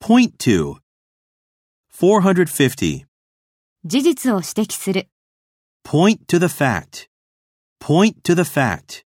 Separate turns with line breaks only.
Point to 450.
事実を指摘する。
Point to the fact. Point to the fact.